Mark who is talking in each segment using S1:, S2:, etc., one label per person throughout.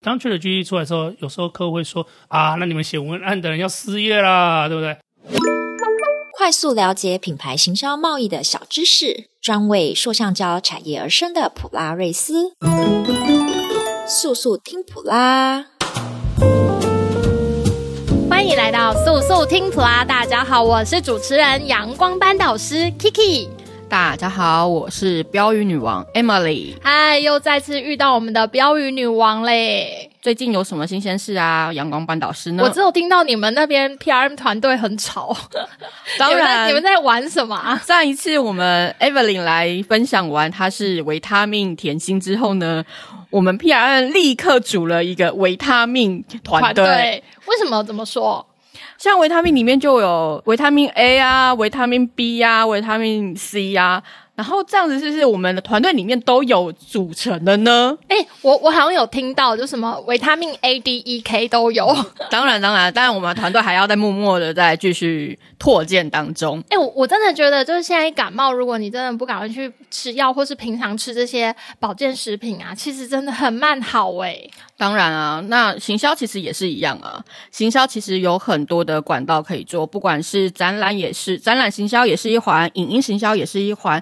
S1: 当 ChatGPT 出来的时候，有时候客户会说啊，那你们写文案的人要失业啦，对不对？
S2: 快速了解品牌行销贸易的小知识，专为塑橡胶产业而生的普拉瑞斯，速速听普拉。
S3: 欢迎来到速速听普拉，大家好，我是主持人阳光班导师 Kiki。
S4: 大家好，我是标语女王 Emily。
S3: 嗨，又再次遇到我们的标语女王嘞！
S4: 最近有什么新鲜事啊？阳光班导师呢？
S3: 我只有听到你们那边 PRM 团队很吵，
S4: 当然
S3: 你们在你们在玩什么啊？
S4: 上一次我们 Evelyn 来分享完她是维他命甜心之后呢，我们 PRN 立刻组了一个维他命团队。
S3: 为什么？怎么说？
S4: 像维他命里面就有维他命 A 啊、维他命 B 啊、维他命 C 啊，然后这样子是不是我们的团队里面都有组成的呢？
S3: 哎、我我好像有听到，就什么维他命 A、D、E、K 都 有。
S4: 当然，当然，当然，我们团队还要再默默的再继续拓建当中。
S3: 哎、我我真的觉得，就是现在感冒，如果你真的不赶快去吃药，或是平常吃这些保健食品啊，其实真的很慢好哎、
S4: 当然啊，那行销其实也是一样啊。行销其实有很多的管道可以做，不管是展览也是，展览行销也是一环，影音行销也是一环，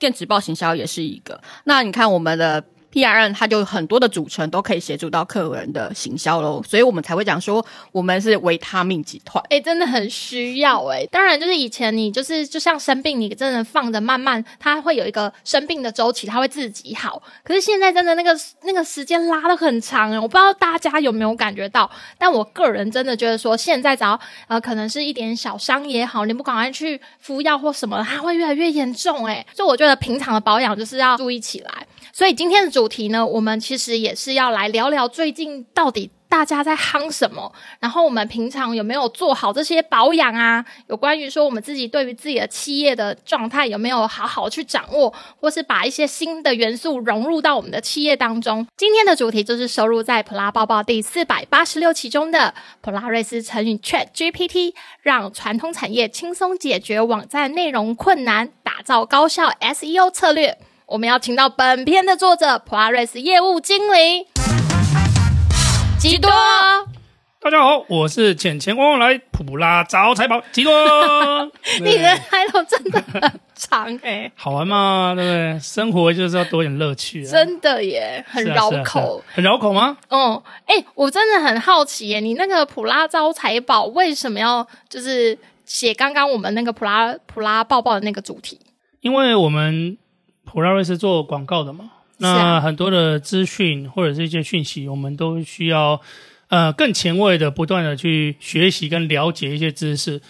S4: 电子报行销也是一个。那你看我们的 PRN，它就有很多的组成都可以协助到客人的行销喽，所以我们才会讲说我们是维他命集团。
S3: 哎、真的很需要哎、当然，就是以前你就是就像生病，你真的放着慢慢，它会有一个生病的周期，它会自己好。可是现在真的那个那个时间拉的很长、欸，我不知道大家有没有感觉到，但我个人真的觉得说，现在只要呃可能是一点小伤也好，你不赶快去服药或什么，它会越来越严重哎、欸。所以我觉得平常的保养就是要注意起来。所以今天的主题呢，我们其实也是要来聊聊最近到底大家在夯什么，然后我们平常有没有做好这些保养啊？有关于说我们自己对于自己的企业的状态有没有好好去掌握，或是把一些新的元素融入到我们的企业当中。今天的主题就是收录在《普拉抱抱》第四百八十六期中的普拉瑞斯成语 Chat GPT，让传统产业轻松解决网站内容困难，打造高效 SEO 策略。我们要请到本片的作者普拉瑞斯业务经理吉多。
S1: 大家好，我是浅浅汪汪来普拉招财宝吉多。
S3: 你
S1: 对
S3: 的 title 真的很长 哎、
S1: 好玩嘛？对不对？生活就是要多点乐趣、啊，
S3: 真的耶，很
S1: 是啊
S3: 绕
S1: 是啊是啊
S3: 口。
S1: 很绕口吗？
S3: 哦，哎、我真的很好奇耶，你那个普拉招财宝为什么要就是写刚刚我们那个普拉普拉抱抱的那个主题？
S1: 因为我们普拉瑞是做广告的嘛，
S3: 是啊
S1: 那很多的资讯或者是一些讯息，我们都需要呃更前卫的不断的去学习跟了解一些知识，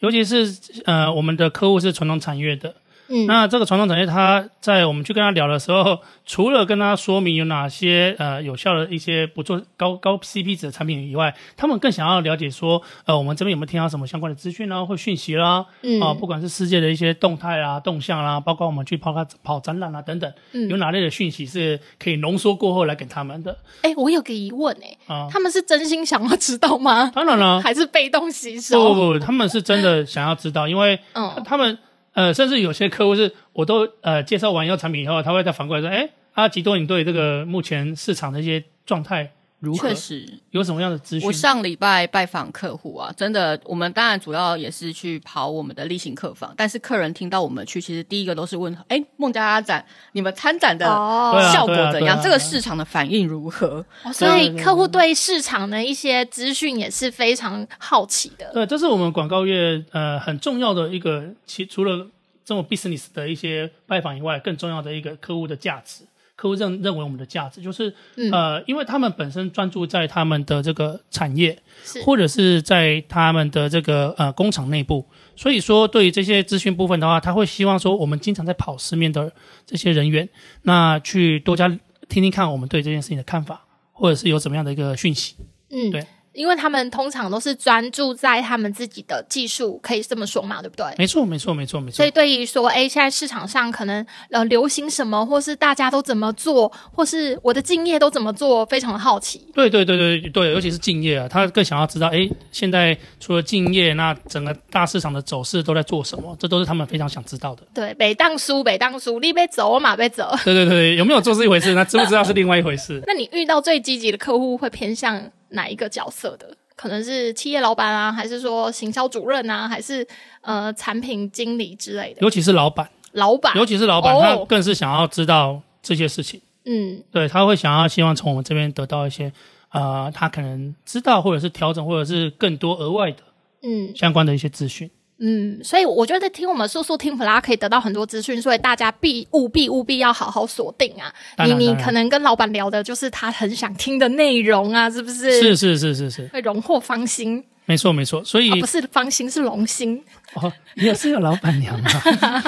S1: 尤其是呃我们的客户是传统产业的，
S3: 嗯，
S1: 那这个传统产业，它在我们去跟他聊的时候，除了跟他说明有哪些呃有效的一些不做高高 CP 值的产品以外，他们更想要了解说，呃，我们这边有没有听到什么相关的资讯啦、或讯息啦，啊、
S3: 嗯
S1: 不管是世界的一些动态啦、动向啦，包括我们去跑跑跑展览啊等等，
S3: 嗯
S1: 有哪类的讯息是可以浓缩过后来给他们的
S3: 哎、我有个疑问哎、
S1: 啊、
S3: 他们是真心想要知道吗？
S1: 当然了，
S3: 还是被动吸
S1: 哦不
S3: 收？
S1: 不不，他们是真的想要知道，因为
S3: 嗯，
S1: 他们呃，甚至有些客户是我都呃介绍完药产品以后，他会再反过来说，哎，阿吉多，你对这个目前市场的一些状态如何
S4: 确？实，
S1: 有什么样的资讯
S4: 我？上礼拜拜访客户啊，真的，我们当然主要也是去跑我们的例行客房，但是客人听到我们去，其实第一个都是问：哎，孟加拉展你们参展的
S3: 哦
S1: 对啊
S4: 效果怎
S1: 对啊
S4: 样？
S1: 对啊
S4: 这个市场的反应如何？
S3: 哦所
S1: 对
S3: 以
S1: 对
S3: 客户对市场的一些资讯也是非常好奇的。
S1: 对，呃这是我们广告业呃很重要的一个，其除了这种 business 的一些拜访以外，更重要的一个客户的价值。客户认认为我们的价值就是，
S3: 嗯
S1: 呃，因为他们本身专注在他们的这个产业，
S3: 是，
S1: 或者是在他们的这个呃工厂内部。所以说，对于这些资讯部分的话，他会希望说，我们经常在跑市面的这些人员，那去多加听听看我们对这件事情的看法，或者是有怎么样的一个讯息。
S3: 嗯
S1: 对。
S3: 因为他们通常都是专注在他们自己的技术，可以这么说嘛，对不对？
S1: 没错，没错，没错，没错
S3: 所以。对于说，哎，现在市场上可能呃流行什么，或是大家都怎么做，或是我的敬业都怎么做，非常的好奇。
S1: 对对对对对，尤其是敬业啊，他更想要知道，哎，现在除了敬业，那整个大市场的走势都在做什么？这都是他们非常想知道的。
S3: 对，北当输，北当输，你被走，我马被走。
S1: 对对对对，有没有做是一回事，那知不知道是另外一回事。
S3: 那你遇到最积极的客户会偏向哪一个角色的？可能是企业老板啊，还是说行销主任啊，还是呃产品经理之类的？
S1: 尤其是老板，
S3: 老板，
S1: 尤其是老板，
S3: 哦
S1: 他更是想要知道这些事情。
S3: 嗯，
S1: 对，他会想要希望从我们这边得到一些，呃，他可能知道或者是调整，或者是更多额外的
S3: 嗯
S1: 相关的一些资讯。
S3: 嗯，所以我觉得听我们速速听普拉可以得到很多资讯，所以大家必务必务必要好好锁定啊！
S1: 当
S3: 你
S1: 然
S3: 你
S1: 当然
S3: 可能跟老板聊的就是他很想听的内容啊，是不是？
S1: 是是是是是，
S3: 会荣获芳心
S1: 没错没错。所以
S3: 啊，不是芳心是荣心。
S1: 哦，你也是有老板娘 啊，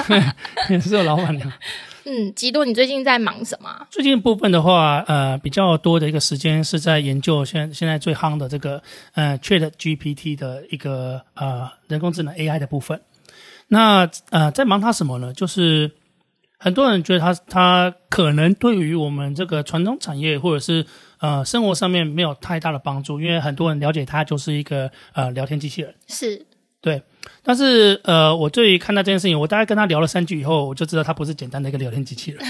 S1: 你也是有老板娘。
S3: 嗯，吉多，你最近在忙什么啊？
S1: 最近部分的话，呃，比较多的一个时间是在研究现现在最夯的这个呃 Chat GPT 的一个呃人工智能 AI 的部分。那呃，在忙它什么呢？就是很多人觉得它它可能对于我们这个传统产业或者是呃生活上面没有太大的帮助，因为很多人了解它就是一个呃聊天机器人。
S3: 是
S1: 但是呃，我对于看到这件事情，我大概跟他聊了三句以后，我就知道它不是简单的一个聊天机器人。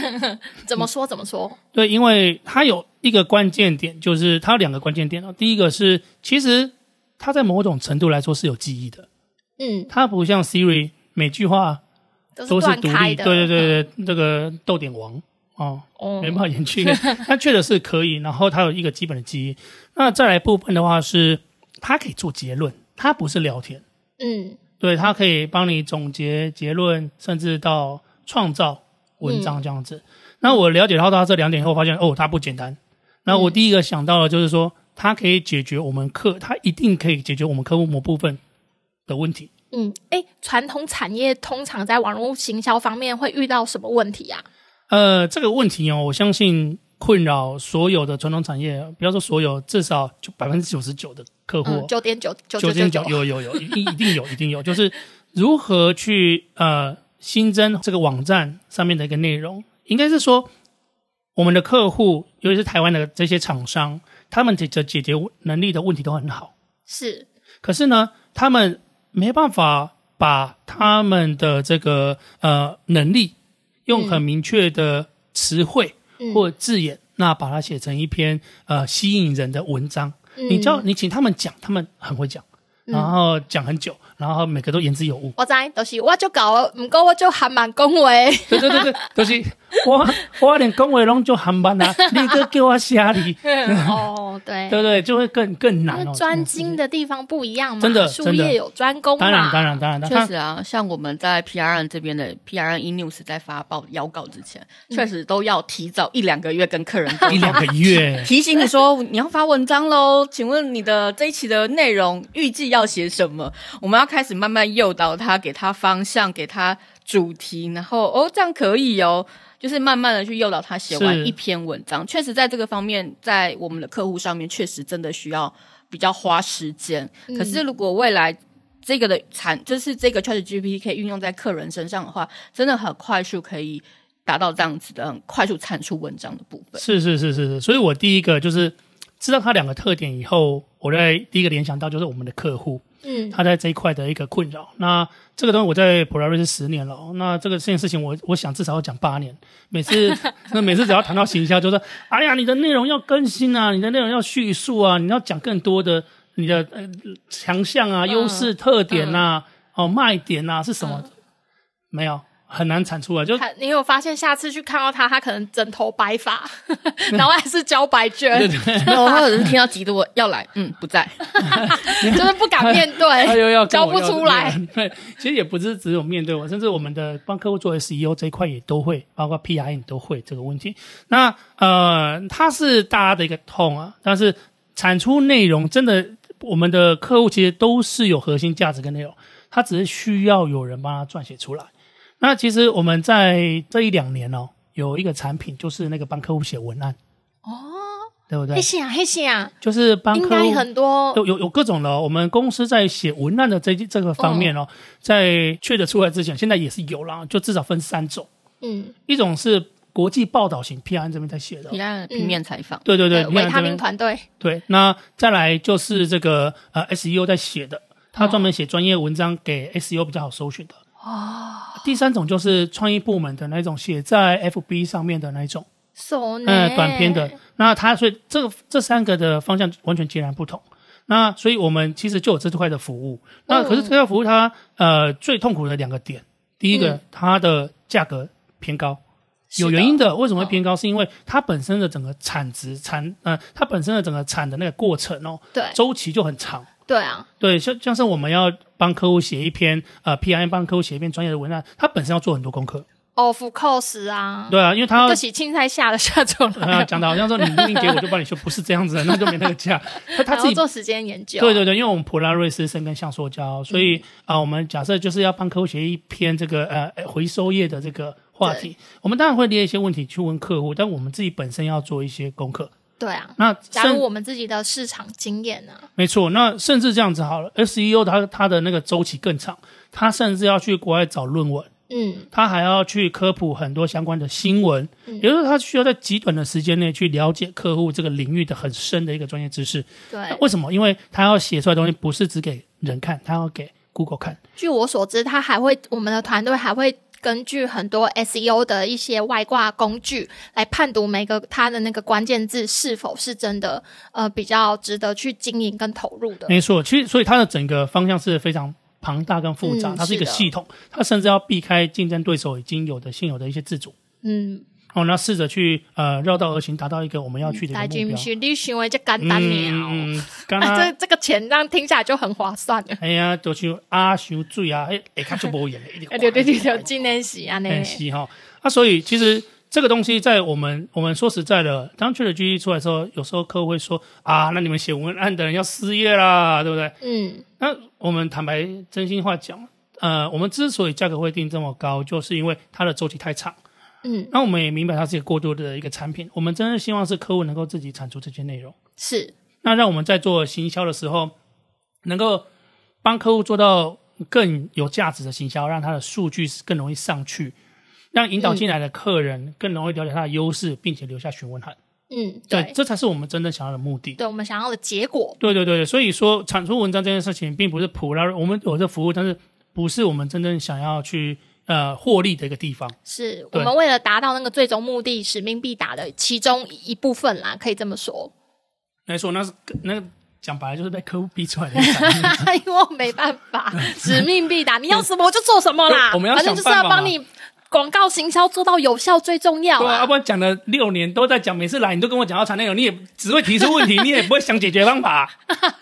S3: 怎么说怎么说？
S1: 对，因为它有一个关键点，就是它有两个关键点哦。第一个是，其实它在某种程度来说是有记忆的，
S3: 嗯，
S1: 它不像 Siri 每句话
S3: 都
S1: 都
S3: 是
S1: 是
S3: 断
S1: 独
S3: 开
S1: 立。
S3: 的。
S1: 对对对对，这个逗点王哦，
S3: 哦
S1: 没办法延续。它确实是可以，然后它有一个基本的记忆。那再来部分的话是，它可以做结论，它不是聊天，
S3: 嗯
S1: 对，它可以帮你总结结论，甚至到创造文章这样子。那我了解到它这两点以后，发现哦，它不简单。那我第一个想到的就是说，它可以解决我们客，它一定可以解决我们客户某部分的问题。
S3: 嗯，哎，传统产业通常在网络行销方面会遇到什么问题啊？
S1: 呃，这个问题哦，我相信困扰所有的传统产业，不要说所有，至少就百分之九十九的客户哦、
S3: 嗯，九点九九
S1: 九
S3: 九
S1: 点九有有有，一定一定有一定有，就是如何去呃新增这个网站上面的一个内容，应该是说我们的客户，尤其是台湾的这些厂商，他们的解解决能力的问题都很好，
S3: 是
S1: 可是呢，他们没办法把他们的这个呃能力用很明确的词汇
S3: 嗯。
S1: 或字眼，那把它写成一篇呃吸引人的文章。你知道，你请他们讲，他们很会讲，然后讲很久，然后每个都言之有物
S3: 我知，就是我就搞，唔过我就还蛮恭 维。
S1: 对对对对，就是我我连恭维拢就含班啊，你个给我瞎理，
S3: 哦，对
S1: 对，不对？就会更更
S3: 因
S1: 难哦
S3: 为。专精的地方不一样嘛，
S1: 真的
S3: 术
S1: 真的
S3: 业有专攻嘛。
S1: 当然当然当然，当
S4: 确
S1: 然
S4: 实啊，像我们在 PRN 这边的 PRN E News 在发报邀稿之前，确实都要提早一两个月跟客人沟
S1: 一两
S4: 通。。
S1: 个月
S4: 提醒你说你要发文章喽，请问你的这一期的内容预计要写什么？我们要开始慢慢诱导他，给他方向，给他主题，然后哦，这样可以哦，就是慢慢的去诱导他写完
S1: 是
S4: 一篇文章。确实，在这个方面，在我们的客户上面，确实真的需要比较花时间。
S3: 嗯
S4: 可是如果未来这个的产，就是这个 Chat GPT 可以运用在客人身上的话，真的很快速可以达到这样子的很快速产出文章的部分。
S1: 是是是是是，所以我第一个就是知道它两个特点以后，我在第一个联想到就是我们的客户，
S3: 嗯
S1: 他在这一块的一个困扰。那这个东西我在普拉瑞是十年了哦，那这个这件事情我我想至少要讲八年。每次那每次只要谈到行销，就说哎呀，你的内容要更新啊，你的内容要叙述啊，你要讲更多的你的呃强项啊、优势、特点啊、哦卖点啊是什么？没有很难产出来，啊就
S3: 他，你有发现下次去看到他，他可能枕头白发， 然后还是交白卷，
S4: 没有，他只是听到极多要来，嗯，不在，
S3: 就是不敢面
S1: 他
S3: 对。
S1: 又要
S3: 交哎不出来。
S1: 对，其实也不是只有面对我，甚至我们的帮客户做 SEO 这一块也都会，包括 PR 也都会这个问题。那呃，它是大家的一个痛啊，但是产出内容真的，我们的客户其实都是有核心价值跟内容，他只是需要有人帮他撰写出来。那其实我们在这一两年哦，有一个产品就是那个帮客户写文案。
S3: 哦，
S1: 对不对
S3: 黑？线啊，黑线啊，
S1: 就是帮
S3: 应
S1: 客
S3: 该
S1: 户
S3: 很多
S1: 有有有各种的、哦。我们公司在写文案的这这个方面哦，在确得出来之前，现在也是有啦，就至少分三种，
S3: 嗯，
S1: 一种是国际报道型 P R 这边在写的哦、
S4: 你看平面采访，
S1: 对对对，
S3: 维
S1: PR
S3: 他
S1: 这
S3: 命
S1: 边
S3: 团队，
S1: 对，那再来就是这个呃 SEO 在写的，他专门写专业文章给 SEO 比较好搜寻的。哦。第三种就是创意部门的那种写在 FB 上面的那种，
S3: 手
S1: 嗯、
S3: 呢
S1: 短篇的。那它所以这个这三个的方向完全截然不同。那所以我们其实就有这块的服务。那可是这块服务它呃最痛苦的两个点，第一个、它的价格偏高。有原因的，为什么会偏高？是因为它本身的整个产值产，呃，它本身的整个产的那个过程哦，
S3: 对
S1: 周期就很长。
S3: 对啊，
S1: 对，像像是我们要帮客户写一篇呃 P I 帮客户写一篇专业的文案，他本身要做很多功课。
S3: 哦，福扣十啊，
S1: 对啊，因为他要
S3: 就洗青菜下的下出
S1: 呃
S3: 来，
S1: 讲的好像说你录音结果就帮你修，不是这样 子的，那就没那个价。他他
S3: 还
S1: 自
S3: 要
S1: 己
S3: 做哦时间研究，
S1: 对对对，因为我们普拉瑞斯生根橡塑胶，所
S3: 嗯
S1: 以啊、我们假设就是要帮客户写一篇这个呃回收业的这个话题，我们当然会列一些问题去问客户，但我们自己本身要做一些功课。
S3: 对啊。
S1: 那
S3: 加入
S1: 甚
S3: 我们自己的市场经验啊，
S1: 没错，那甚至这样子好了，SEO 它它的那个周期更长，它甚至要去国外找论文，
S3: 嗯，
S1: 它还要去科普很多相关的新闻，也就是说它需要在极短的时间内去了解客户这个领域的很深的一个专业知识。
S3: 对
S1: 那。为什么？因为它要写出来的东西不是只给人看，它要给 Google 看。
S3: 据我所知，他还会我们的团队还会根据很多 SEO 的一些外挂工具来判读每个它的那个关键字是否是真的呃比较值得去经营跟投入的。
S1: 没错，其实所以它的整个方向是非常庞大跟复杂，
S3: 嗯
S1: 它是一个
S3: 是的
S1: 系统，它甚至要避开竞争对手已经有的现有的一些自主。
S3: 嗯，
S1: 哦，那试着去呃绕道而行，达到一个我们要去的
S3: 来
S1: 一个目
S3: 军
S1: 标。
S3: 训你行为就简单了。
S1: 嗯，嗯刚
S3: 啊
S1: 刚
S3: 这这个钱这样听下来就很划算 啊了。
S1: 哎呀，就像阿修醉啊，哎，哎，他就无演了，一直
S3: 哎，对对对对，今年是啊呢，
S1: 很稀哈。那所以其实这个东西在我们我们说实在的，当 ChatGPT 出来的时候，有时候客户会说啊，那你们写文案的人要失业啦，对不对？
S3: 嗯，
S1: 那我们坦白真心话讲，呃，我们之所以价格会定这么高，就是因为它的周期太长。
S3: 嗯，
S1: 那我们也明白它是一个过多的一个产品，我们真的希望是客户能够自己产出这些内容。
S3: 是
S1: 那让我们在做行销的时候，能够帮客户做到更有价值的行销，让他的数据是更容易上去，让引导进来的客人更容易了解他的优势，并且留下询问函。
S3: 嗯，
S1: 对，
S3: 对
S1: 这才是我们真正想要的目的。
S3: 对，我们想要的结果。
S1: 对对对，所以说产出文章这件事情，并不是普拉，我们有这服务，但是不是我们真正想要去呃获利的一个地方。
S3: 是我
S1: 对
S3: 们为了达到那个最终目的，使命必达的其中一部分啦，可以这么说。
S1: 没错，那是那讲白了就是被客户逼出来的一个产品。
S3: 因为我没办 法，使命必达，你要什么我就做什么啦。
S1: 对我们要
S3: 反正
S1: 想
S3: 就是要
S1: 办法嘛
S3: 帮你广告行销做到有效最重要
S1: 对啊，要
S3: 啦
S1: 不。然讲了六年都在讲，每次来你都跟我讲要谈内容，你也只会提出问题，你也不会想解决方法。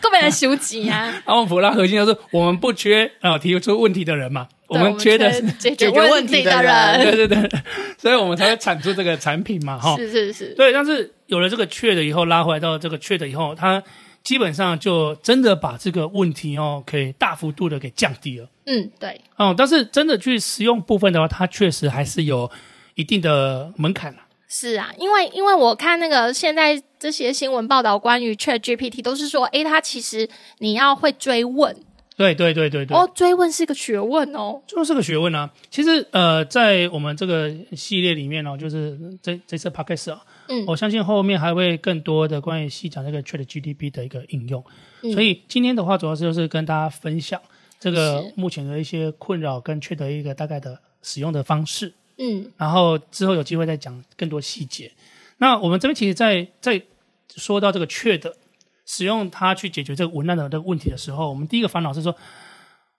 S3: 根本来修己
S1: ，
S3: 啊
S1: 阿旺普拉核心就是我们不缺呃提出问题的人嘛，我们缺的是
S3: 对我们缺解
S4: 解
S3: 决
S4: 决
S3: 问
S4: 问
S3: 题
S4: 题
S3: 的
S4: 的
S3: 人。
S4: 人
S1: 对对对，所以我们才会产出这个产品嘛，哈。
S3: 是是是，
S1: 对，但是有了这个缺的以后，拉回来到这个缺的以后，它基本上就真的把这个问题哦，可以大幅度的给降低了。
S3: 嗯，对，
S1: 哦、但是真的去实用部分的话，它确实还是有一定的门槛啦。
S3: 是啊，因为因为我看那个现在这些新闻报道关于 Chat GPT 都是说，诶，它其实你要会追问
S1: 对对对对对。
S3: 哦，追问是个学问哦，
S1: 就是个学问啊。其实呃，在我们这个系列里面呢、哦，就是这这次 podcast 啊，
S3: 嗯
S1: 我相信后面还会更多的关于细讲这个 Chat GDP 的一个应用。所以今天的话，主要是就是跟大家分享这个
S3: 是
S1: 目前的一些困扰跟 Chat 的一个大概的使用的方式，
S3: 嗯，
S1: 然后之后有机会再讲更多细节。那我们这边其实在，在说到这个 Chat 使用它去解决这个文案的这个问题的时候，我们第一个烦恼是说。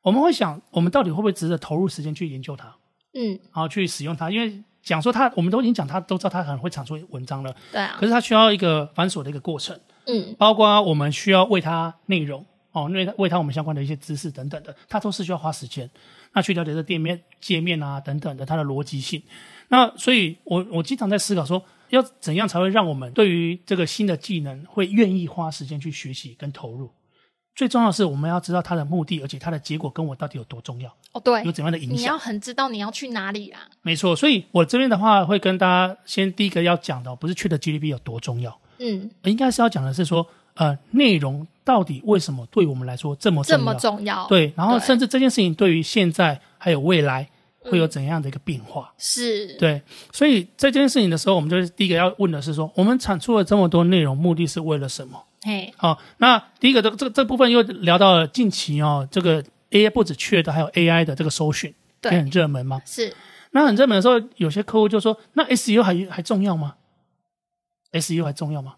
S1: 我们会想，我们到底会不会值得投入时间去研究它？
S3: 嗯，
S1: 然后去使用它，因为讲说它，我们都已经讲它，都知道它很会产出文章了，
S3: 对啊
S1: 可，是它需要一个繁琐的一个过程，
S3: 嗯，
S1: 包括我们需要为它内容哦，为它为它我们相关的一些知识等等的，它都是需要花时间，那去了解这店面界面啊等等的它的逻辑性。那所以我，我经常在思考说，要怎样才会让我们对于这个新的技能会愿意花时间去学习跟投入。最重要的是，我们要知道它的目的，而且它的结果跟我到底有多重要，
S3: 哦，对
S1: 有，怎样的影
S3: 你
S1: 响
S3: 要。很知道你要去哪里啊啦，
S1: 没错，所以我这边的话会跟大家先第一个要讲的，不是 Chat GDP 有多重要，
S3: 嗯，
S1: 应该是要讲的是说，呃，内容到底为什么对我们来说这么
S3: 这
S1: 重
S3: 么
S1: 要？
S3: 重要，，
S1: 哦对，然后
S3: 对
S1: 甚至这件事情对于现在还有未来会有怎样的一个变化？
S3: 是，
S1: 对，所以这件事情的时候，我们就是第一个要问的是说，我们产出了这么多内容，目的是为了什么？
S3: 嘿，
S1: 好、那第一个这这这部分又聊到了近期哦，这个 AI 不止缺的，还有 AI 的这个搜寻也
S3: 对，
S1: 很热门嘛。
S3: 是，
S1: 那很热门的时候，有些客户就说：“那 SEO 还还重要吗？SEO 还重要吗？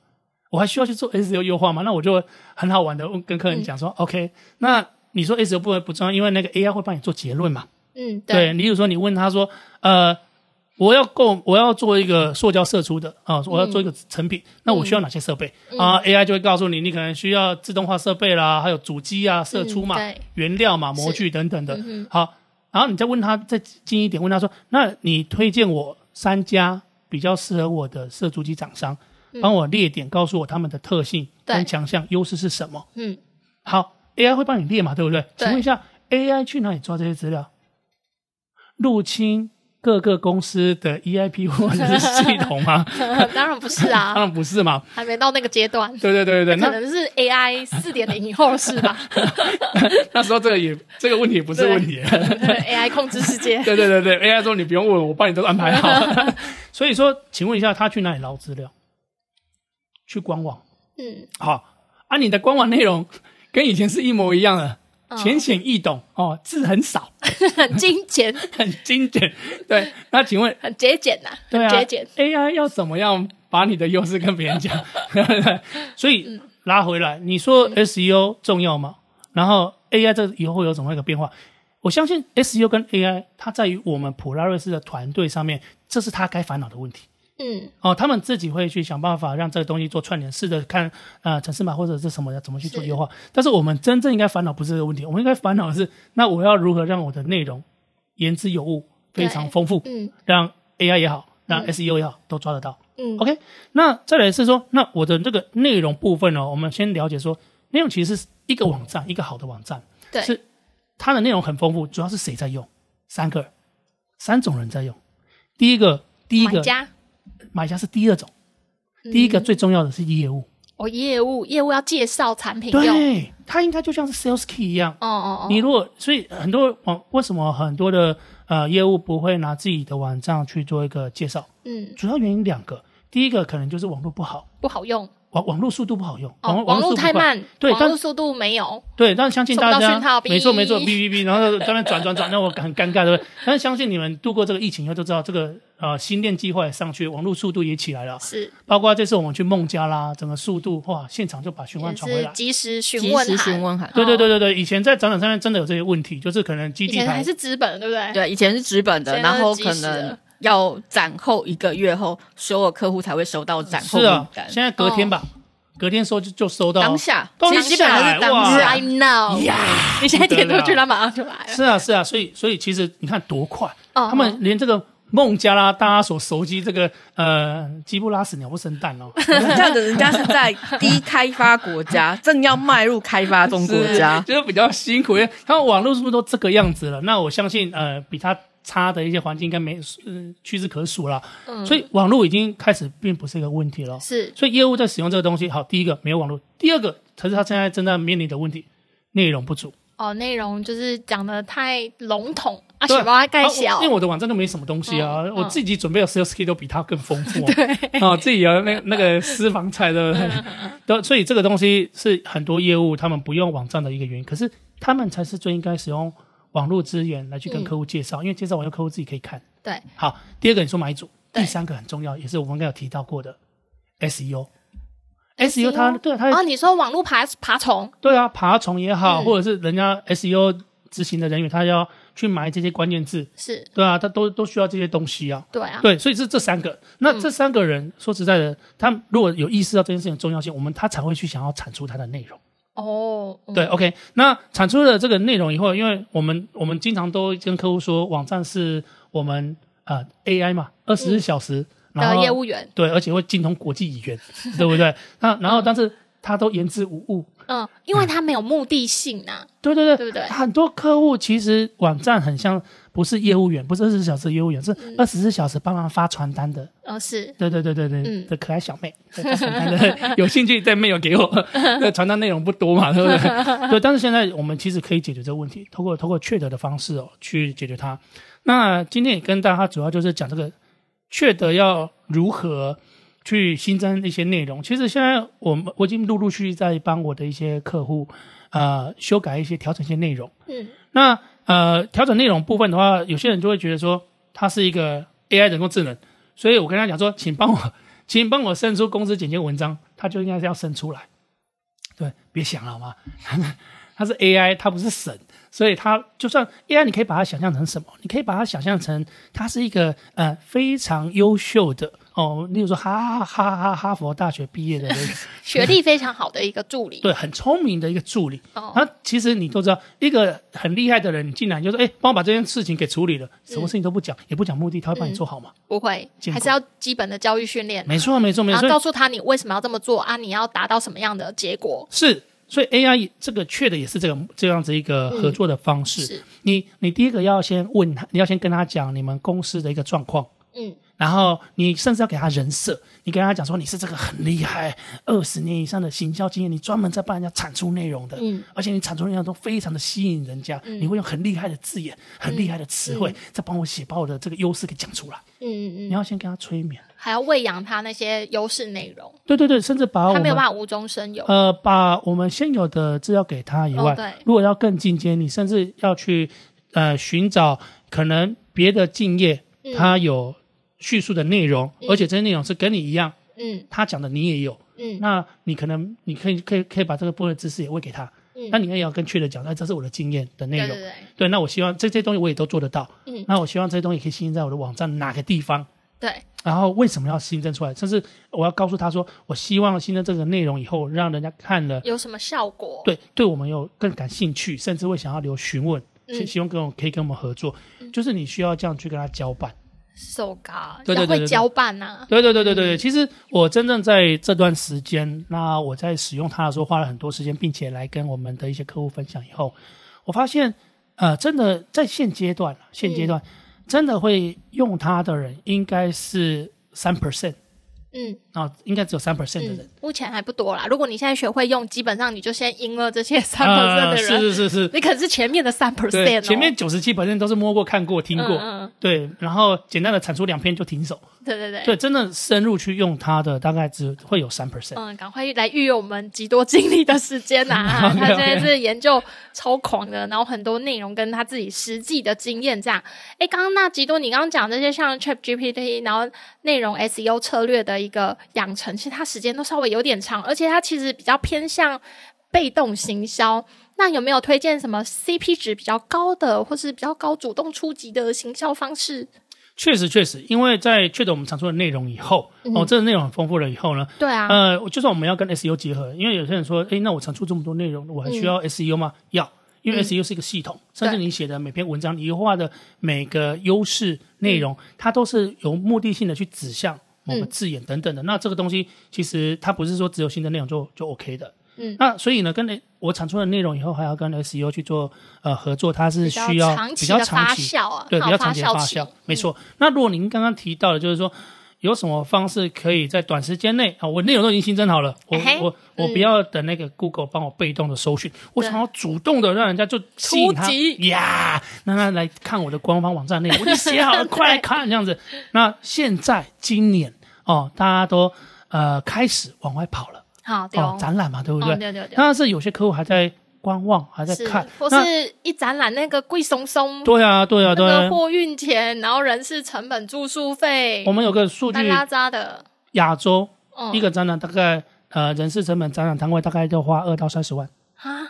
S1: 我还需要去做 SEO 优化吗？”那我就很好玩的跟客人讲
S3: 嗯
S1: 说、o k 那你说 SEO 不不重要，因为那个 AI 会帮你做结论嘛。
S3: 嗯，
S1: 对，
S3: 对，
S1: 你比如说你问他说，呃，我要购，我要做一个塑胶射出的啊，我要做一个成品，
S3: 嗯
S1: 那我需要哪些设备啊？AI 就会告诉你，你可能需要自动化设备啦，还有主机啊、射出嘛
S3: 嗯对、
S1: 原料嘛、模具等等的
S3: 嗯。哼
S1: 好，然后你再问他，再近一点问他说，那你推荐我三家比较适合我的射出机厂商，帮我列点，告诉我他们的特性
S3: 嗯对
S1: 跟强项、优势是什么？
S3: 嗯，
S1: 好，AI 会帮你列嘛，对不对？请
S3: 对
S1: 问一下，AI 去哪里抓这些资料？入侵各个公司的 EIP 或者是系统 吗？
S3: 当然不 是
S1: 当
S3: 啊，
S1: 然不是嘛。
S3: 还没到那个阶段，
S1: 对对对对对，
S3: 可
S1: 那
S3: 能是 AI 四点零以后的事 吧
S1: 那时候这个也这个问题不是问题。
S3: ，AI 控制 世界，
S1: 对对对对，AI 说你不用问，我帮你都安排好。所以说，请问一下，他去哪里捞资料？去官网。
S3: 嗯，
S1: 好啊，你的官网内容跟以前是一模一样的，浅显易懂哦，字很少，
S3: 嗯很精简，
S1: 很精简。对，那请问
S3: 很节俭呐，
S1: 对
S3: 很
S1: 啊
S3: 节俭，
S1: AI 要怎么样把你的优势跟别人 讲？所
S3: 嗯
S1: 以拉回来，你说 SEO 重要吗？然后 AI 这以后会有怎么样一个变化？我相信 SEO 跟 AI，它在于我们普拉瑞斯的团队上面，这是他该烦恼的问题
S3: 嗯，
S1: 哦。他们自己会去想办法让这个东西做串联，试着看啊，城市码或者是什么的怎么去做
S3: 是
S1: 优化。但是我们真正应该烦恼不是这个问题，我们应该烦恼的是，那我要如何让我的内容言之有物，非常
S3: 对
S1: 丰富，
S3: 嗯
S1: 让 AI 也好，让
S3: 嗯
S1: SEO 也好，都抓得到。
S3: 嗯
S1: OK，那再来是说，那我的这个内容部分呢、哦我们先了解说，内容其实是一个网站，一个好的网站，
S3: 对
S1: 是它的内容很丰富，主要是谁在用？三个，三种人在用。第一个，第一个
S3: 买家嗯
S1: 买家是第二种，第一个最重要的是业务，
S3: 哦，业务业务要介绍产品用，
S1: 对，它应该就像是 Sales Key 一样，
S3: 哦哦
S1: 你
S3: 哦，
S1: 如果所以很多网为什么很多的呃业务不会拿自己的网站去做一个介绍？
S3: 嗯，
S1: 主要原因两个，第一个可能就是网络不好。
S3: 不好用，
S1: 网网络速度不好用，
S3: 哦，
S1: 网
S3: 网
S1: 速
S3: 络
S1: 度
S3: 太
S1: 不快
S3: 慢，
S1: 对，
S3: 网
S1: 但
S3: 络速度没有，
S1: 对，但相信大
S3: 收不到讯
S1: 家
S3: 号，
S1: 没错没错，
S3: 哔
S1: 哔哔哔，然后在那边转转转，那我很尴尬，对不对？但是相信你们度过这个疫情以后，就知道这个呃新店计划也上去，网络速度也起来了，
S3: 是
S1: 包括这次我们去孟加拉，整个速度哇，现场就把询
S3: 也
S1: 问传回
S3: 是
S1: 来。
S3: 及时询
S4: 及
S3: 问
S4: 时
S3: 函哦
S4: 询问函。
S1: 对对对对对，以前在展览上面真的有这些问题，就是可能基
S3: 以
S1: 地
S3: 前还
S1: 台
S3: 是纸本，对不对？
S4: 对，以前是纸本的，
S3: 现在都
S4: 然
S3: 是
S4: 后
S3: 即
S4: 可
S3: 时的
S4: 能要展后一个月后，所有客户才会收到展后
S1: 是啊
S4: 订，单。
S1: 现在隔天吧，
S3: 哦
S1: 隔天收就就收到
S4: 当下，
S1: 当
S4: 其
S1: 下
S4: 实基本上是当
S1: 哇
S4: 下
S3: Right。now，你现在点
S1: 啊
S3: 出去，它马上就来了。
S1: 是啊，是啊，所以所以其实你看多快，
S3: 嗯
S1: 他们连这个孟加拉大家所熟悉这个呃吉布拉斯鸟不生蛋哦，
S4: 这样子，人家是在低开发国 家，正要迈入开发中国家。
S1: 就是比较辛苦，因为他们网络速度都这个样子了，那我相信呃比他差的一些环境应该没嗯屈指可数了，所以网络已经开始并不嗯是一个问题了。
S3: 是
S1: 所以业务在使用这个东西，好，第一个没有网络，第二个才是他现在正在面临的问题，内容不足。
S3: 哦，内容就是讲的太笼统啊，
S1: 对
S3: 小包盖
S1: 啊
S3: 小
S1: 我因为，我的网站都没什么东西啊，
S3: 嗯嗯
S1: 我自己准备的 sales kit 都比他更丰 富、啊。对啊，自己有那那个私房菜，对
S3: 嗯
S1: 不对？ 对，所以这个东西是很多业务他们不用网站的一个原因，可是他们才是最应该使用网络资源来去跟
S3: 嗯
S1: 客户介绍，因为介绍完后客户自己可以看。
S3: 对，
S1: 好，第二个你说买主，
S3: 对
S1: 第三个很重要，也是我们刚才有提到过的 E SEO。
S3: SEO
S1: SEO 它 E 对它
S3: 哦，你说网络爬爬虫，
S1: 对啊，爬虫也好，
S3: 嗯
S1: 或者是人家 SEO 执行的人员，他要去买这些关键字，
S3: 是
S1: 对啊，他都都需要这些东西啊。
S3: 对啊，嗯
S1: 对，所以是这三个。那这三个人、说实在的，他们如果有意识到这件事情的重要性，我们他才会去想要产出他的内容。
S3: 哦，嗯
S1: 对，，OK。那产出了这个内容以后，因为我们我们经常都跟客户说，网站是我们呃 AI 嘛，二十四小时，然
S3: 嗯的
S1: 后
S3: 业务员，
S1: 对，而且会精通国际语言，对不对？那然后但是他都言之无物。
S3: 嗯，因为它没有目的性呐，啊
S1: 对对对，
S3: 对不对
S1: 很多客户其实网站很像不是业务员，不是二十四小时的业务员，是
S3: 嗯
S1: 二十四小时帮忙发传单的。
S3: 哦，是
S1: 对对对对对，
S3: 嗯
S1: 的可爱小妹，对发传单的 有兴趣再 mail 给我。那传单内容不多嘛，对不对？ 对，但是现在我们其实可以解决这个问题，通过通过 chat 的方式哦去解决它。那今天也跟大家主要就是讲这个 chat 要如何。去新增一些内容，其实现在我们我已经陆陆续续在帮我的一些客户，呃，修改一些、调整一些内容。
S3: 嗯，
S1: 那呃，调整内容部分的话，有些人就会觉得说，它是一个 AI 人工智能，所以我跟他讲说，请帮我，请帮我生出公司简介文章，他就应该是要生出来。对，别想了好吗？ 它是 AI，它不是神，所以它就算 AI，你可以把它想象成什么？你可以把它想象成它是一个呃非常优秀的哦，例如说哈哈哈哈哈佛大学毕业的人，
S3: 学历非常好的一个助理。
S1: 对，啊很聪明的一个助理。
S3: 哦
S1: 那其实你都知道，一个很厉害的人，你进来你就说，哎、帮我把这件事情给处理了，什么事情都不讲，也不讲目的，他会帮你做好嘛？
S3: 不会
S1: 见，过
S3: 还是要基本的教育训练，
S1: 没错，没错，没
S3: 然
S1: 错。所以
S3: 后告诉他你为什么要这么做啊，你要达到什么样的结果。
S1: 是，所以 AI 这个确的也是这个这样子一个合作的方式。
S3: 是
S1: 你你第一个要先问他，你要先跟他讲你们公司的一个状况。
S3: 嗯，
S1: 然后你甚至要给他人设，你跟他讲说你是这个很厉害，二十年以上的行销经验，你专门在帮人家产出内容的，
S3: 嗯，
S1: 而且你产出内容都非常的吸引人家，你会用很厉害的字
S3: 嗯
S1: 眼、很厉害的词汇，再帮我写把我的这个优势给讲出来。
S3: 嗯
S1: 你
S3: 嗯嗯，
S1: 要先跟他催眠，
S3: 还要喂养他那些优势内容，
S1: 对对对，甚至把我
S3: 他
S1: 们
S3: 没有办法无中生有。
S1: 呃，把我们现有的资料给他以外，
S3: 哦对
S1: 如果要更进阶，你甚至要去呃寻找可能别的敬业，
S3: 嗯
S1: 他有叙述的内容，而且这些内容是跟你一样，
S3: 嗯
S1: 他讲的你也有，
S3: 嗯
S1: 那你可能你可以可以可以把这个部分知识也喂给他，
S3: 嗯，
S1: 那你也要跟确的讲，哎，这是我的经验的内
S3: 对
S1: 容，
S3: 对对，
S1: 对那我希望这些东西我也都做得到，
S3: 嗯
S1: 那我希望这些东西可以新增在我的网站哪个地方，
S3: 对
S1: 然后为什么要新增出来？甚至我要告诉他说，我希望新增这个内容以后，让人家看了，
S3: 有什么效果？
S1: 对，对我们有更感兴趣，甚至会想要留询问，希
S3: 嗯
S1: 希望跟我可以跟我们合作，就是你需要这样去跟他交办。
S3: ，so god，
S1: 对对对
S3: 要
S1: 对
S3: 会
S1: 对
S3: 交啊办呐。
S1: 对对对对对对，其实我真正在这段时间，那我在使用它的时候花了很多时间，并且来跟我们的一些客户分享以后，我发现，呃，真的在现阶段，啊
S3: 嗯
S1: 现阶段、真的会用它的人应该是三 percent
S3: 嗯
S1: 啊，应该只有三 percent 的人。
S3: 嗯，目前还不多啦。如果你现在学会用，基本上你就先赢了这些三
S1: 啊
S3: percent 的
S1: 是
S3: 人，
S1: 是是是，
S3: 你可能是前面的三 percent
S1: 对，
S3: 哦。
S1: 前面九十七 percent 都是摸过、看过、听过，
S3: 嗯嗯
S1: 对，然后简单的产出两篇就停手，
S3: 对对对
S1: 对，真的深入去用它的大概只会有三 percent。
S3: 嗯，赶快来预约我们极多经历的时间 呐、啊！
S1: OK，OK
S3: 他现在是研究超狂的，然后很多内容跟他自己实际的经验这样。诶，刚刚那极多，你刚刚讲这些像 Chat GPT，然后内容 SEO 策略的一个养成，其实它时间都稍微有点长，而且它其实比较偏向被动行销。那有没有推荐什么 CP 值比较高的，或是比较高主动出击的行销方式？
S1: 确实确实，因为在确诊我们产出的内容以后，哦，这个内容很丰富了以后呢，
S3: 对嗯啊，
S1: 呃，就算我们要跟 SEO 结合，因为有些人说，诶，那我产出这么多内容，我还需要 SEO 吗？要，因为 SEO 是一个系统，甚至
S3: 嗯对嗯
S1: 你写的每篇文章，你优化的每个优势内容，它都是有目的性的去指向某个
S3: 嗯
S1: 字眼等等的。那这个东西其实它不是说只有新的内容就就 OK 的。
S3: 嗯
S1: 那所以呢，跟我产出的内容以后还要跟 SEO 去做呃合作，它是
S3: 比较
S1: 需要
S3: 长
S1: 比
S3: 期
S1: 较
S3: 的
S1: 长
S3: 发
S1: 期
S3: 酵啊，
S1: 对，
S3: 还
S1: 比
S3: 有
S1: 较
S3: 发
S1: 长期的发
S3: 期
S1: 酵，没错。那如果您刚刚提到的，就是说有什么方式可以在短时间内啊，我内容都已经新增好了，我
S3: 哎嘿
S1: 我我不要等那个 Google 帮我被动的搜寻，我想要主动的让人家就吸引他
S3: 出击
S1: 呀，让他来看我的官方网站 内容，我已经写好了，快来看这样子。那现在今年哦，大家都呃开始往外跑了
S3: 好，对
S1: 哦
S3: 哦，
S1: 展览嘛，对不
S3: 哦
S1: 对？
S3: 对对对
S1: 但是有些客户还在观望，还在
S3: 是
S1: 看，
S3: 或
S1: 那
S3: 是一展览那个贵松松，
S1: 对啊，对啊，
S3: 那
S1: 对
S3: 个
S1: 啊。
S3: 货运钱，然后人事成本、住宿费，
S1: 我们有个数
S3: 拉
S1: 据
S3: 拉扎的，
S1: 亚洲
S4: 哦
S3: 嗯，
S1: 一个展览大概呃人事成本展览摊位大概要花二到三十万，
S3: 啊，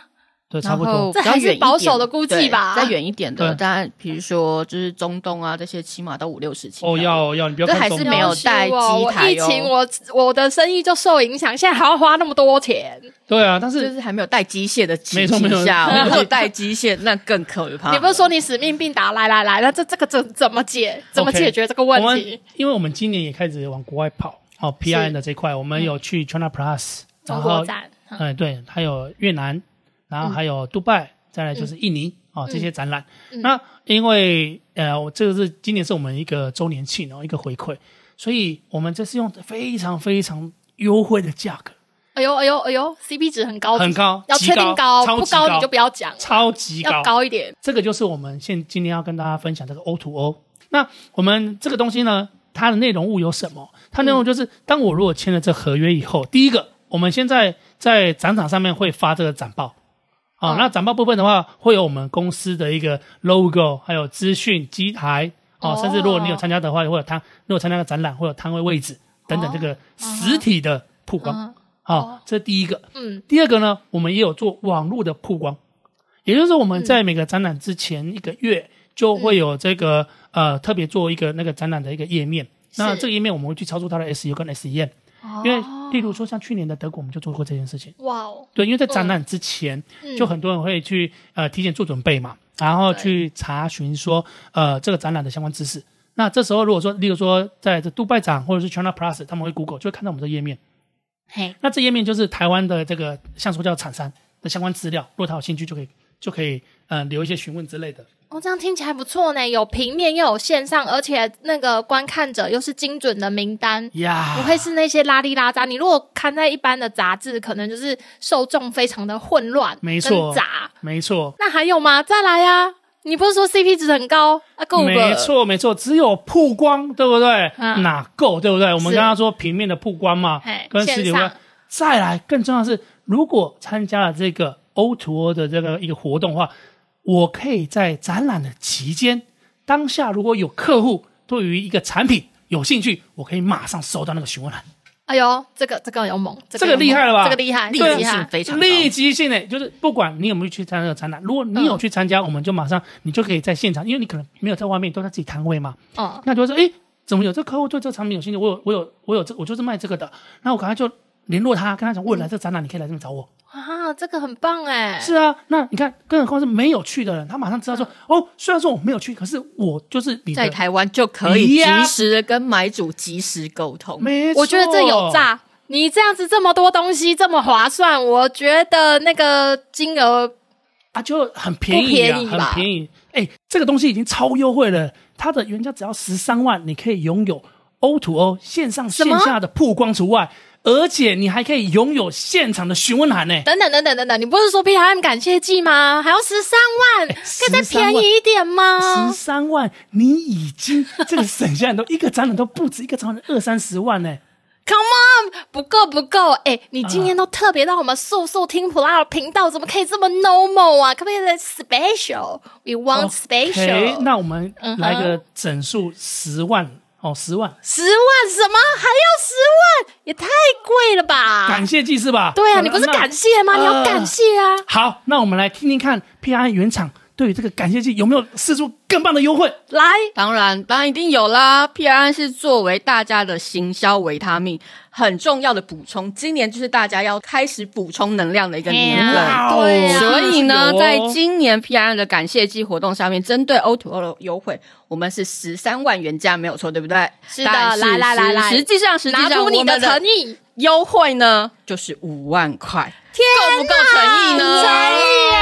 S1: 对，差
S4: 然
S1: 不多。
S4: 后
S3: 这
S4: 比较
S3: 还是
S4: 远一
S3: 保
S4: 点
S3: 守的估计吧
S4: 对再远一点的，
S1: 对
S4: 但比如说就是中东啊这些，起码到五六十起跳。
S1: 哦，要哦要，你不要
S4: 这
S1: 看
S4: 还
S1: 中
S4: 是
S1: 文
S4: 没有带
S3: 要是我
S4: 机台
S3: 我疫情
S4: 哦
S3: 我我的生意就受影响，现在还要花那么多钱，
S1: 对啊，但
S4: 就是是还没有带机械的情
S1: 没错没
S4: 形
S1: 有
S4: 下
S1: 没有
S4: 哦，如
S1: 机
S4: 果带机械那更可
S1: 啊
S4: 怕。
S3: 你不是说你使命必达，来来来，那这这个怎怎么解，怎么
S1: OK，
S3: 解决这个
S1: 我
S3: 问
S1: 们
S3: 题？
S1: 因为我们今年也开始往国外跑，哦，PIN 的这一块，我
S4: 嗯
S1: 们有去 China Plus，
S3: 中
S1: 然
S3: 国
S1: 后哎
S3: 展，
S1: 嗯对，还有越南，然后还有杜拜，再来就是印尼啊、这些展览。
S3: 嗯
S1: 那因为呃，我这个是今年是我们一个周年庆哦，一个回馈，所以我们这是用非常非常优惠的价格，
S3: 哎呦哎呦哎呦，CP 值很高，
S1: 很高，
S3: 要确定
S1: 极高，超
S3: 不
S1: 级高
S3: 高你就不要讲，
S1: 超级
S3: 要高一点。
S1: 这个就是我们现今天要跟大家分享这个 O to O。那我们这个东西呢，它的内容物有什么？它内容就是，当我如果签了这合约以后，第一个，我们现在在展场上面会发这个展报。啊、
S3: 嗯
S1: 那展报部分的话，会有我们公司的一个 logo，还有资讯机台，哦、
S3: 哦
S1: 甚至如果你有参加的话，会有摊，如果参加个展览，会有摊位位置等等
S3: 哦
S1: 这个实体的曝光。
S3: 嗯
S1: 啊、
S3: 哦
S1: 这是第一个。
S3: 嗯
S1: 第二个呢，我们也有做网络的曝光，也就是我们在每个展览之前一个月就会有这个、呃特别做一个那个展览的一个页面。那这个页面我们会去操作它的 SEO 跟 SEM，因为例如说像去年的德国，我们就做过这件事情。
S3: 哇哦，
S1: 对，因为在展览之前，
S3: 嗯
S1: 就很多人会去呃提前做准备嘛，然后
S3: 对
S1: 去查询说呃这个展览的相关知识。那这时候如果说，例如说在这杜拜展或者是 China Plus，他们会 Google 就会看到我们的页面。
S3: 嘿，
S1: 那这页面就是台湾的这个像素教厂商的相关资料，如果他有兴趣就可以就可以呃留一些询问之类的。
S3: 哦，这样听起来不错呢，有平面又有线上，而且那个观看者又是精准的名单。
S1: 呀、
S3: 不会是那些拉里拉杂，你如果看在一般的杂志，可能就是受众非常的混乱，
S1: 没错
S3: 跟杂。
S1: 没错，
S3: 那还有吗？再来呀、你不是说 CP 值很高啊？够了，
S1: 没错没错，只有曝光对不对？
S3: 嗯
S1: 哪够对不对？我们
S3: 是
S1: 刚刚说平面的曝光嘛
S3: 嘿，
S1: 跟实体
S3: 线
S1: 曝
S3: 上
S1: 光。再来，更重要的是，如果参加了这个 O to O 的这个一个活动的话，我可以在展览的期间，当下如果有客户对于一个产品有兴趣，我可以马上收到那个询问函。
S3: 哎呦，这个这个有猛，这
S1: 这
S3: 个
S1: 个
S3: 有猛
S1: 厉害了吧？
S3: 这个厉害，
S4: 立
S3: 这个
S4: 即
S3: 厉
S4: 性
S3: 害。
S4: 非常高。
S1: 立即性的，就是不管你有没有去参加这个展览，如果你
S3: 嗯
S1: 有去参加，我们就马上你就可以在现场，因为你可能没有在外面，都在自己摊位嘛，
S3: 嗯，
S1: 那就会说，哎，怎么有这客户对这个产品有兴趣？我有我有我有这我就是卖这个的，然后我赶快就联络他，跟他讲，我有来这个展览，你可以来这边找我。
S3: 啊，这个很棒哎，
S1: 是啊，那你看，更何况是没有去的人，他马上知道说，
S3: 嗯
S1: 哦，虽然说我没有去，可是我就是你
S4: 在
S1: 的，
S4: 台湾就可以
S1: 呀
S4: 及时的跟买主及时沟通。
S1: 没错，
S3: 我觉得这有。诈。你这样子这么多东西这么划算，我觉得那个金额
S1: 啊，就很便
S3: 不
S1: 宜啊，
S3: 便宜
S1: 很
S3: 吧
S1: 便宜。哎、这个东西已经超优惠了，它的原价只要十三万，你可以拥有 O to O 线上
S3: 什
S1: 线
S3: 么
S1: 下的曝光除外，而且你还可以拥有现场的询问函呢、
S3: 等等等等等等，你不是说 P R M 感谢祭吗？还要十三万，可以再
S1: 13万
S3: 便宜一点
S1: 哎十
S3: 吗？
S1: 三万，你已经这个省下很多，一个展览都不止，一个展览二三十万呢、
S3: Come on，不够不够！哎、你今天都特别到我们速速听普拉的频道，怎么可以这么 normal 啊？可不可以再 special？We want special、
S1: OK，那我们
S3: 嗯哼
S1: 来个整数十万哦，十万，
S3: 十万什么？还要十万？也太贵了吧
S1: 感！谢祭司吧？
S3: 对啊，
S1: 好
S3: 你不
S1: 了
S3: 是
S1: 那
S3: 感谢吗？你要感谢啊！
S1: 好，那我们来听听看 P R 原厂对于这个感谢祭有没有试出更棒的优惠。
S3: 来，
S4: 当然，当然一定有啦。P R N 是作为大家的行销维他命很重要的补充，今年就是大家要开始补充能量的一个年
S3: 哎
S4: 份。
S3: 呀
S1: 哦
S3: 对啊
S4: 所以呢，
S1: 有哦
S4: 在今年 P R N 的感谢季活动下面，针对 O to O 的优惠，我们是十三万元价，没有错，对不对？
S3: 是的
S4: 但
S3: 来来来来
S4: 实际上实际
S3: 拿
S4: 上
S3: 出你
S4: 我们
S3: 诚意，
S4: 优惠呢，就是五万块，够不够诚意呢？
S3: 诚意耶！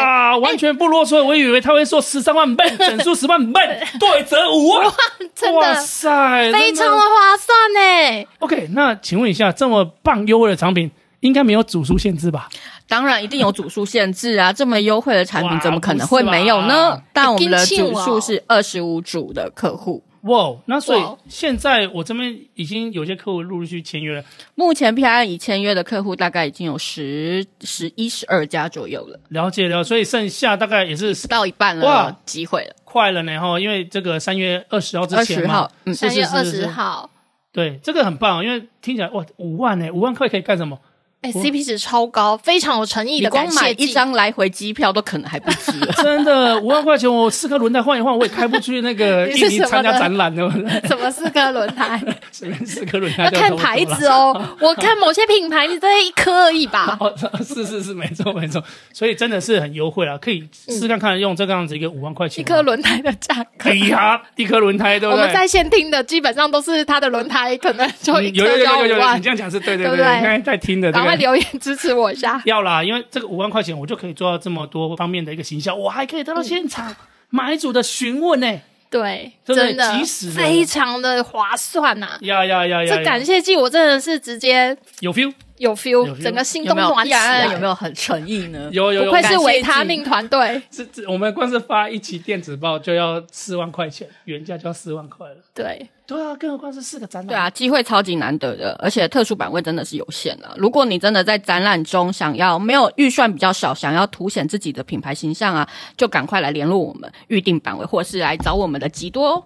S1: 啊，完全不啰嗦，我以为他会说十三万 倍，整数十万倍，对折五万，
S3: 真
S1: 哇
S3: 的
S1: 塞，
S3: 非常
S1: 真
S3: 的
S1: 的
S3: 划算哎呢。
S1: OK。那请问一下，这么棒优惠的产品，应该没有主数限制吧？
S4: 当然一定有组数限制啊，这么优惠的产品怎么可能会没有
S1: 哇不是
S4: 呢
S1: 吧？
S4: 但我们的组数是二十五组的客户，
S1: 哇，哦那所
S3: 哇哦
S1: 以现在我这边已经有些客户陆陆续续签约了，
S4: 目前 P I 已签约的客户大概已经有十十一十二家左右了，
S1: 了解了，所以剩下大概也是
S4: 不到一半了，
S1: 哇
S4: 机会了，
S1: 快了呢哈，因为这个三月二十号之
S4: 二
S1: 前
S4: 十
S1: 嘛
S4: 号，，嗯，
S1: 是
S3: 三
S1: 是
S3: 月二
S1: 是是
S3: 十号，
S1: 对，这个很棒，因为听起来哇，五万呢，五万块可以干什么？。
S3: 哎，CP 值超高，非常有诚意
S4: 你
S3: 的
S4: 光
S3: 感
S4: 买
S3: 谢
S4: 一
S3: 祭。
S4: 张来回机票都可能还不止了
S1: 真的，五万块钱我四颗轮胎换一换，我也开不去那个
S3: 你
S1: 印
S3: 是
S1: 尼
S3: 什么
S1: 参加
S3: 的
S1: 展览，对不对？
S3: 什么四颗轮胎？
S1: 随便四颗轮胎
S3: 要
S1: 就
S3: 看
S1: 偷走
S3: 牌
S1: 了
S3: 子。哦，我看某些品牌，你大概一颗而已吧。
S1: 哦， 是是是，没错没错，所以真的是很优惠啊，可以试看看用这个样子一个五万块钱
S3: 嗯一颗轮胎的价格。
S1: 哎呀，一颗轮胎对不
S3: 我们
S1: 对？
S3: 在线听的基本上都是它的轮胎，可能就
S1: 嗯
S3: 一
S1: 有有
S3: 颗就
S1: 有有
S3: 要五
S1: 有，
S3: 万
S1: 你这。样讲是对对
S3: 对不
S1: 对，
S3: 对
S1: 你看在听的这
S3: 然
S1: 个
S3: 快留言支持我一下。
S1: 要啦，因为这个五万块钱，我就可以做到这么多方面的一个行销，我还可以得
S3: 嗯
S1: 到现场买主的询问呢、
S3: 对，
S1: 真的
S3: 真的
S1: 及时的
S3: 非常的划算呐、
S1: 呀呀呀呀！
S3: 这感谢季，我真的是直接
S1: 有 feel，
S3: 有 feel，,
S1: feel
S3: 整个心
S4: 有
S3: 动
S4: 没有
S3: 暖啊
S4: 依
S3: 起来。
S4: 然有没有很诚意呢？
S1: 有啊有
S3: 不
S1: 有
S3: 愧
S1: 感
S3: 是
S4: 感谢
S3: 维他
S4: 季
S3: 命团队，
S1: 这这，我们光是发一期电子报就要四万块钱，原价就要四万块了。
S3: 对，
S1: 对啊，更何况是四个展览。
S4: 对啊，，机会超级难得的，而且特殊版位真的是有限了。如果你真的在展览中想要没有预算比较少，想要凸显自己的品牌形象啊，就赶快来联络我们预定版位，或是来找我们的吉多哦，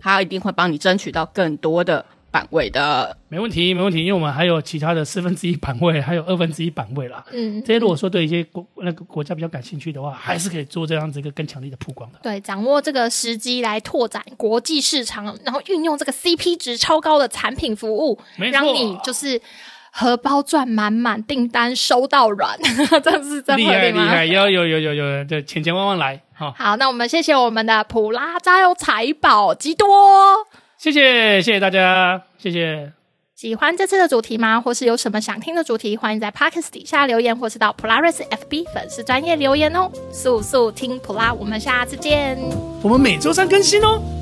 S4: 他一定会帮你争取到更多的版位的。
S1: 没问题，没问题，因为我们还有其他的四分之一版位，还有二分之一版位啦。
S3: 嗯，
S1: 这些如果说对一些国那个国家比较感兴趣的话，还是可以做这样子一个更强力的曝光的。
S3: 对，掌握这个时机来拓展国际市场，然后运用这个 CP 值超高的产品服务
S1: 没，错
S3: 让你就是荷包赚满满，订单收到软， 这是真
S1: 厉害
S3: 的
S1: 厉
S3: 吗？
S1: 害，有有有有有，这钱钱万万来好，
S3: 好，那我们谢谢我们的普拉扎油财宝吉多。
S1: 谢谢谢谢大家，谢谢。
S3: 喜欢这次的主题吗？或是有什么想听的主题？欢迎在 Pockets 底下留言，或是到 Polaris FB 粉丝专业留言哦。速速听普拉，我们下次见。
S1: 我们每周三更新哦。